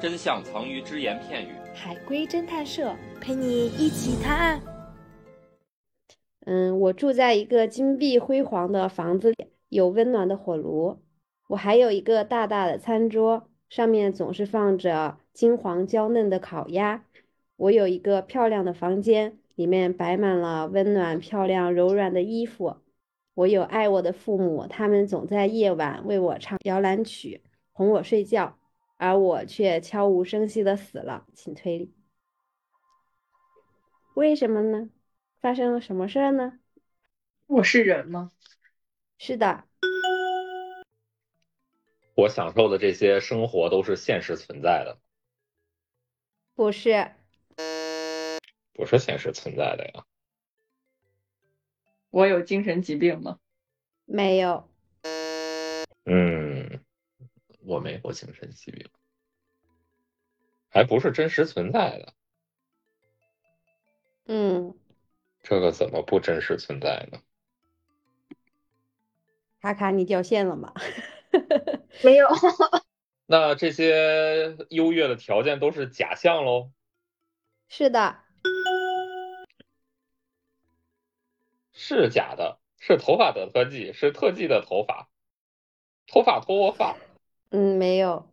真相藏于只言片语。海龟侦探社陪你一起探案。嗯，我住在一个金碧辉煌的房子里，有温暖的火炉，我还有一个大大的餐桌，上面总是放着金黄娇嫩的烤鸭。我有一个漂亮的房间，里面摆满了温暖、漂亮、柔软的衣服。我有爱我的父母，他们总在夜晚为我唱摇篮曲，哄我睡觉，而我却悄无声息的死了。请推理，为什么呢？发生了什么事儿呢？我是人吗？是的，我享受的这些生活都是现实存在的，不是，不是现实存在的呀。我有精神疾病吗？没有，嗯，我没有精神疾病，还不是真实存在的，嗯，这个怎么不真实存在呢？卡卡，你掉线了吗？ 没有，那这些优越的条件都是假象喽？是的，是假的，是头发的特技，是特技的头发，头发脱我发，嗯，没有，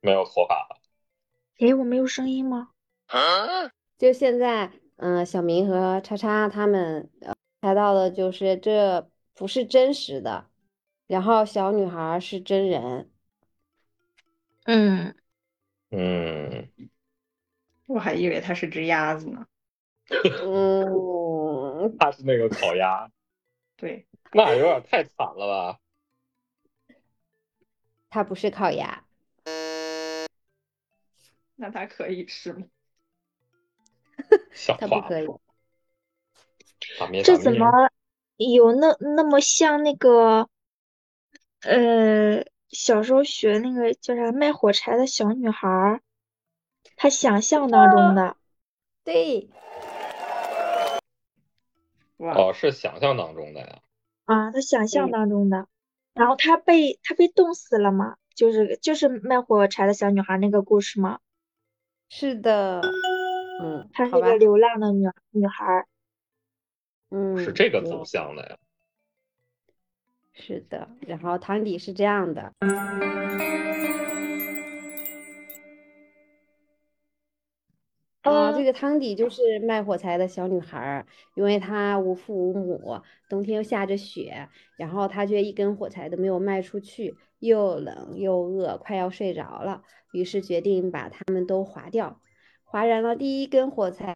没有头发了。诶，我没有声音吗？就现在，嗯、小明和叉叉他们呃猜到的就是这不是真实的，然后小女孩儿是真人，嗯，嗯，我还以为他是只鸭子呢。嗯，他是那个烤鸭，对，那有点太惨了吧？她不是烤鸭，那他可以是吗？小她不话，可以，打咩这打怎咩么有那那么像那个，呃，小时候学那个叫啥卖火柴的小女孩儿，她想象当中的。对，哇，哦，是想象当中的呀。啊，他想象嗯当中的，然后他被他被冻死了嘛，就是就是卖火柴的小女孩那个故事嘛，是的，嗯，她是好一吧个，流浪的女女孩儿，嗯，是这个没有走向的呀。是的，然后汤底是这样的。啊，这嗯个汤底就是卖火柴的小女孩儿，因为她无父无母，冬天又下着雪，然后她却一根火柴都没有卖出去，又冷又饿，快要睡着了，于是决定把它们都划掉。划燃了第一根火柴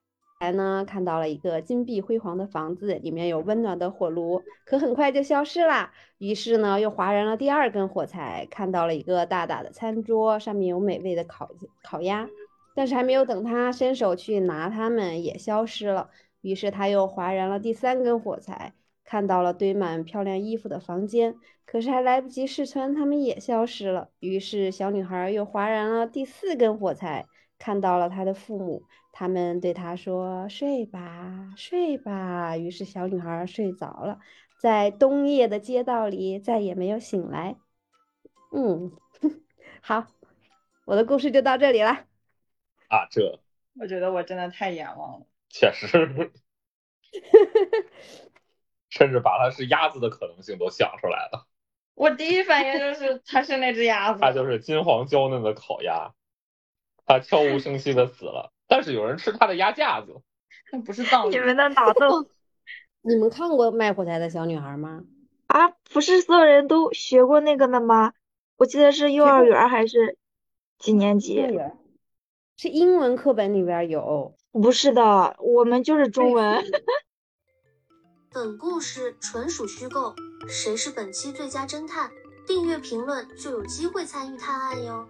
呢，看到了一个金碧辉煌的房子，里面有温暖的火炉，可很快就消失啦。于是呢，又划燃了第二根火柴，看到了一个大大的餐桌，上面有美味的烤烤鸭。但是还没有等他伸手去拿，它们也消失了。于是他又划燃了第三根火柴，看到了堆满漂亮衣服的房间，可是还来不及试穿，它们也消失了。于是小女孩又划燃了第四根火柴，看到了她的父母，他们对她说：“睡吧，睡吧。”于是小女孩睡着了，在冬夜的街道里再也没有醒来。嗯， 好，我的故事就到这里了。啊，这我觉得我真的太阎王了。确 实，甚至把他是鸭子的可能性都想出来了。我第一反应就是他是那只鸭子。他就是金黄娇嫩的烤鸭，他悄无声息的死了，但是有人吃他的鸭架子。那不是藏你族们的脑洞你们看过卖火柴的小女孩吗？啊，不是所有人都学过那个的吗？我记得是幼儿园儿还是几年级？园是英文课本里边儿有。不是的，我们就是中文。本故事纯属虚构，谁是本期最佳侦探？订阅评论就有机会参与探案哟。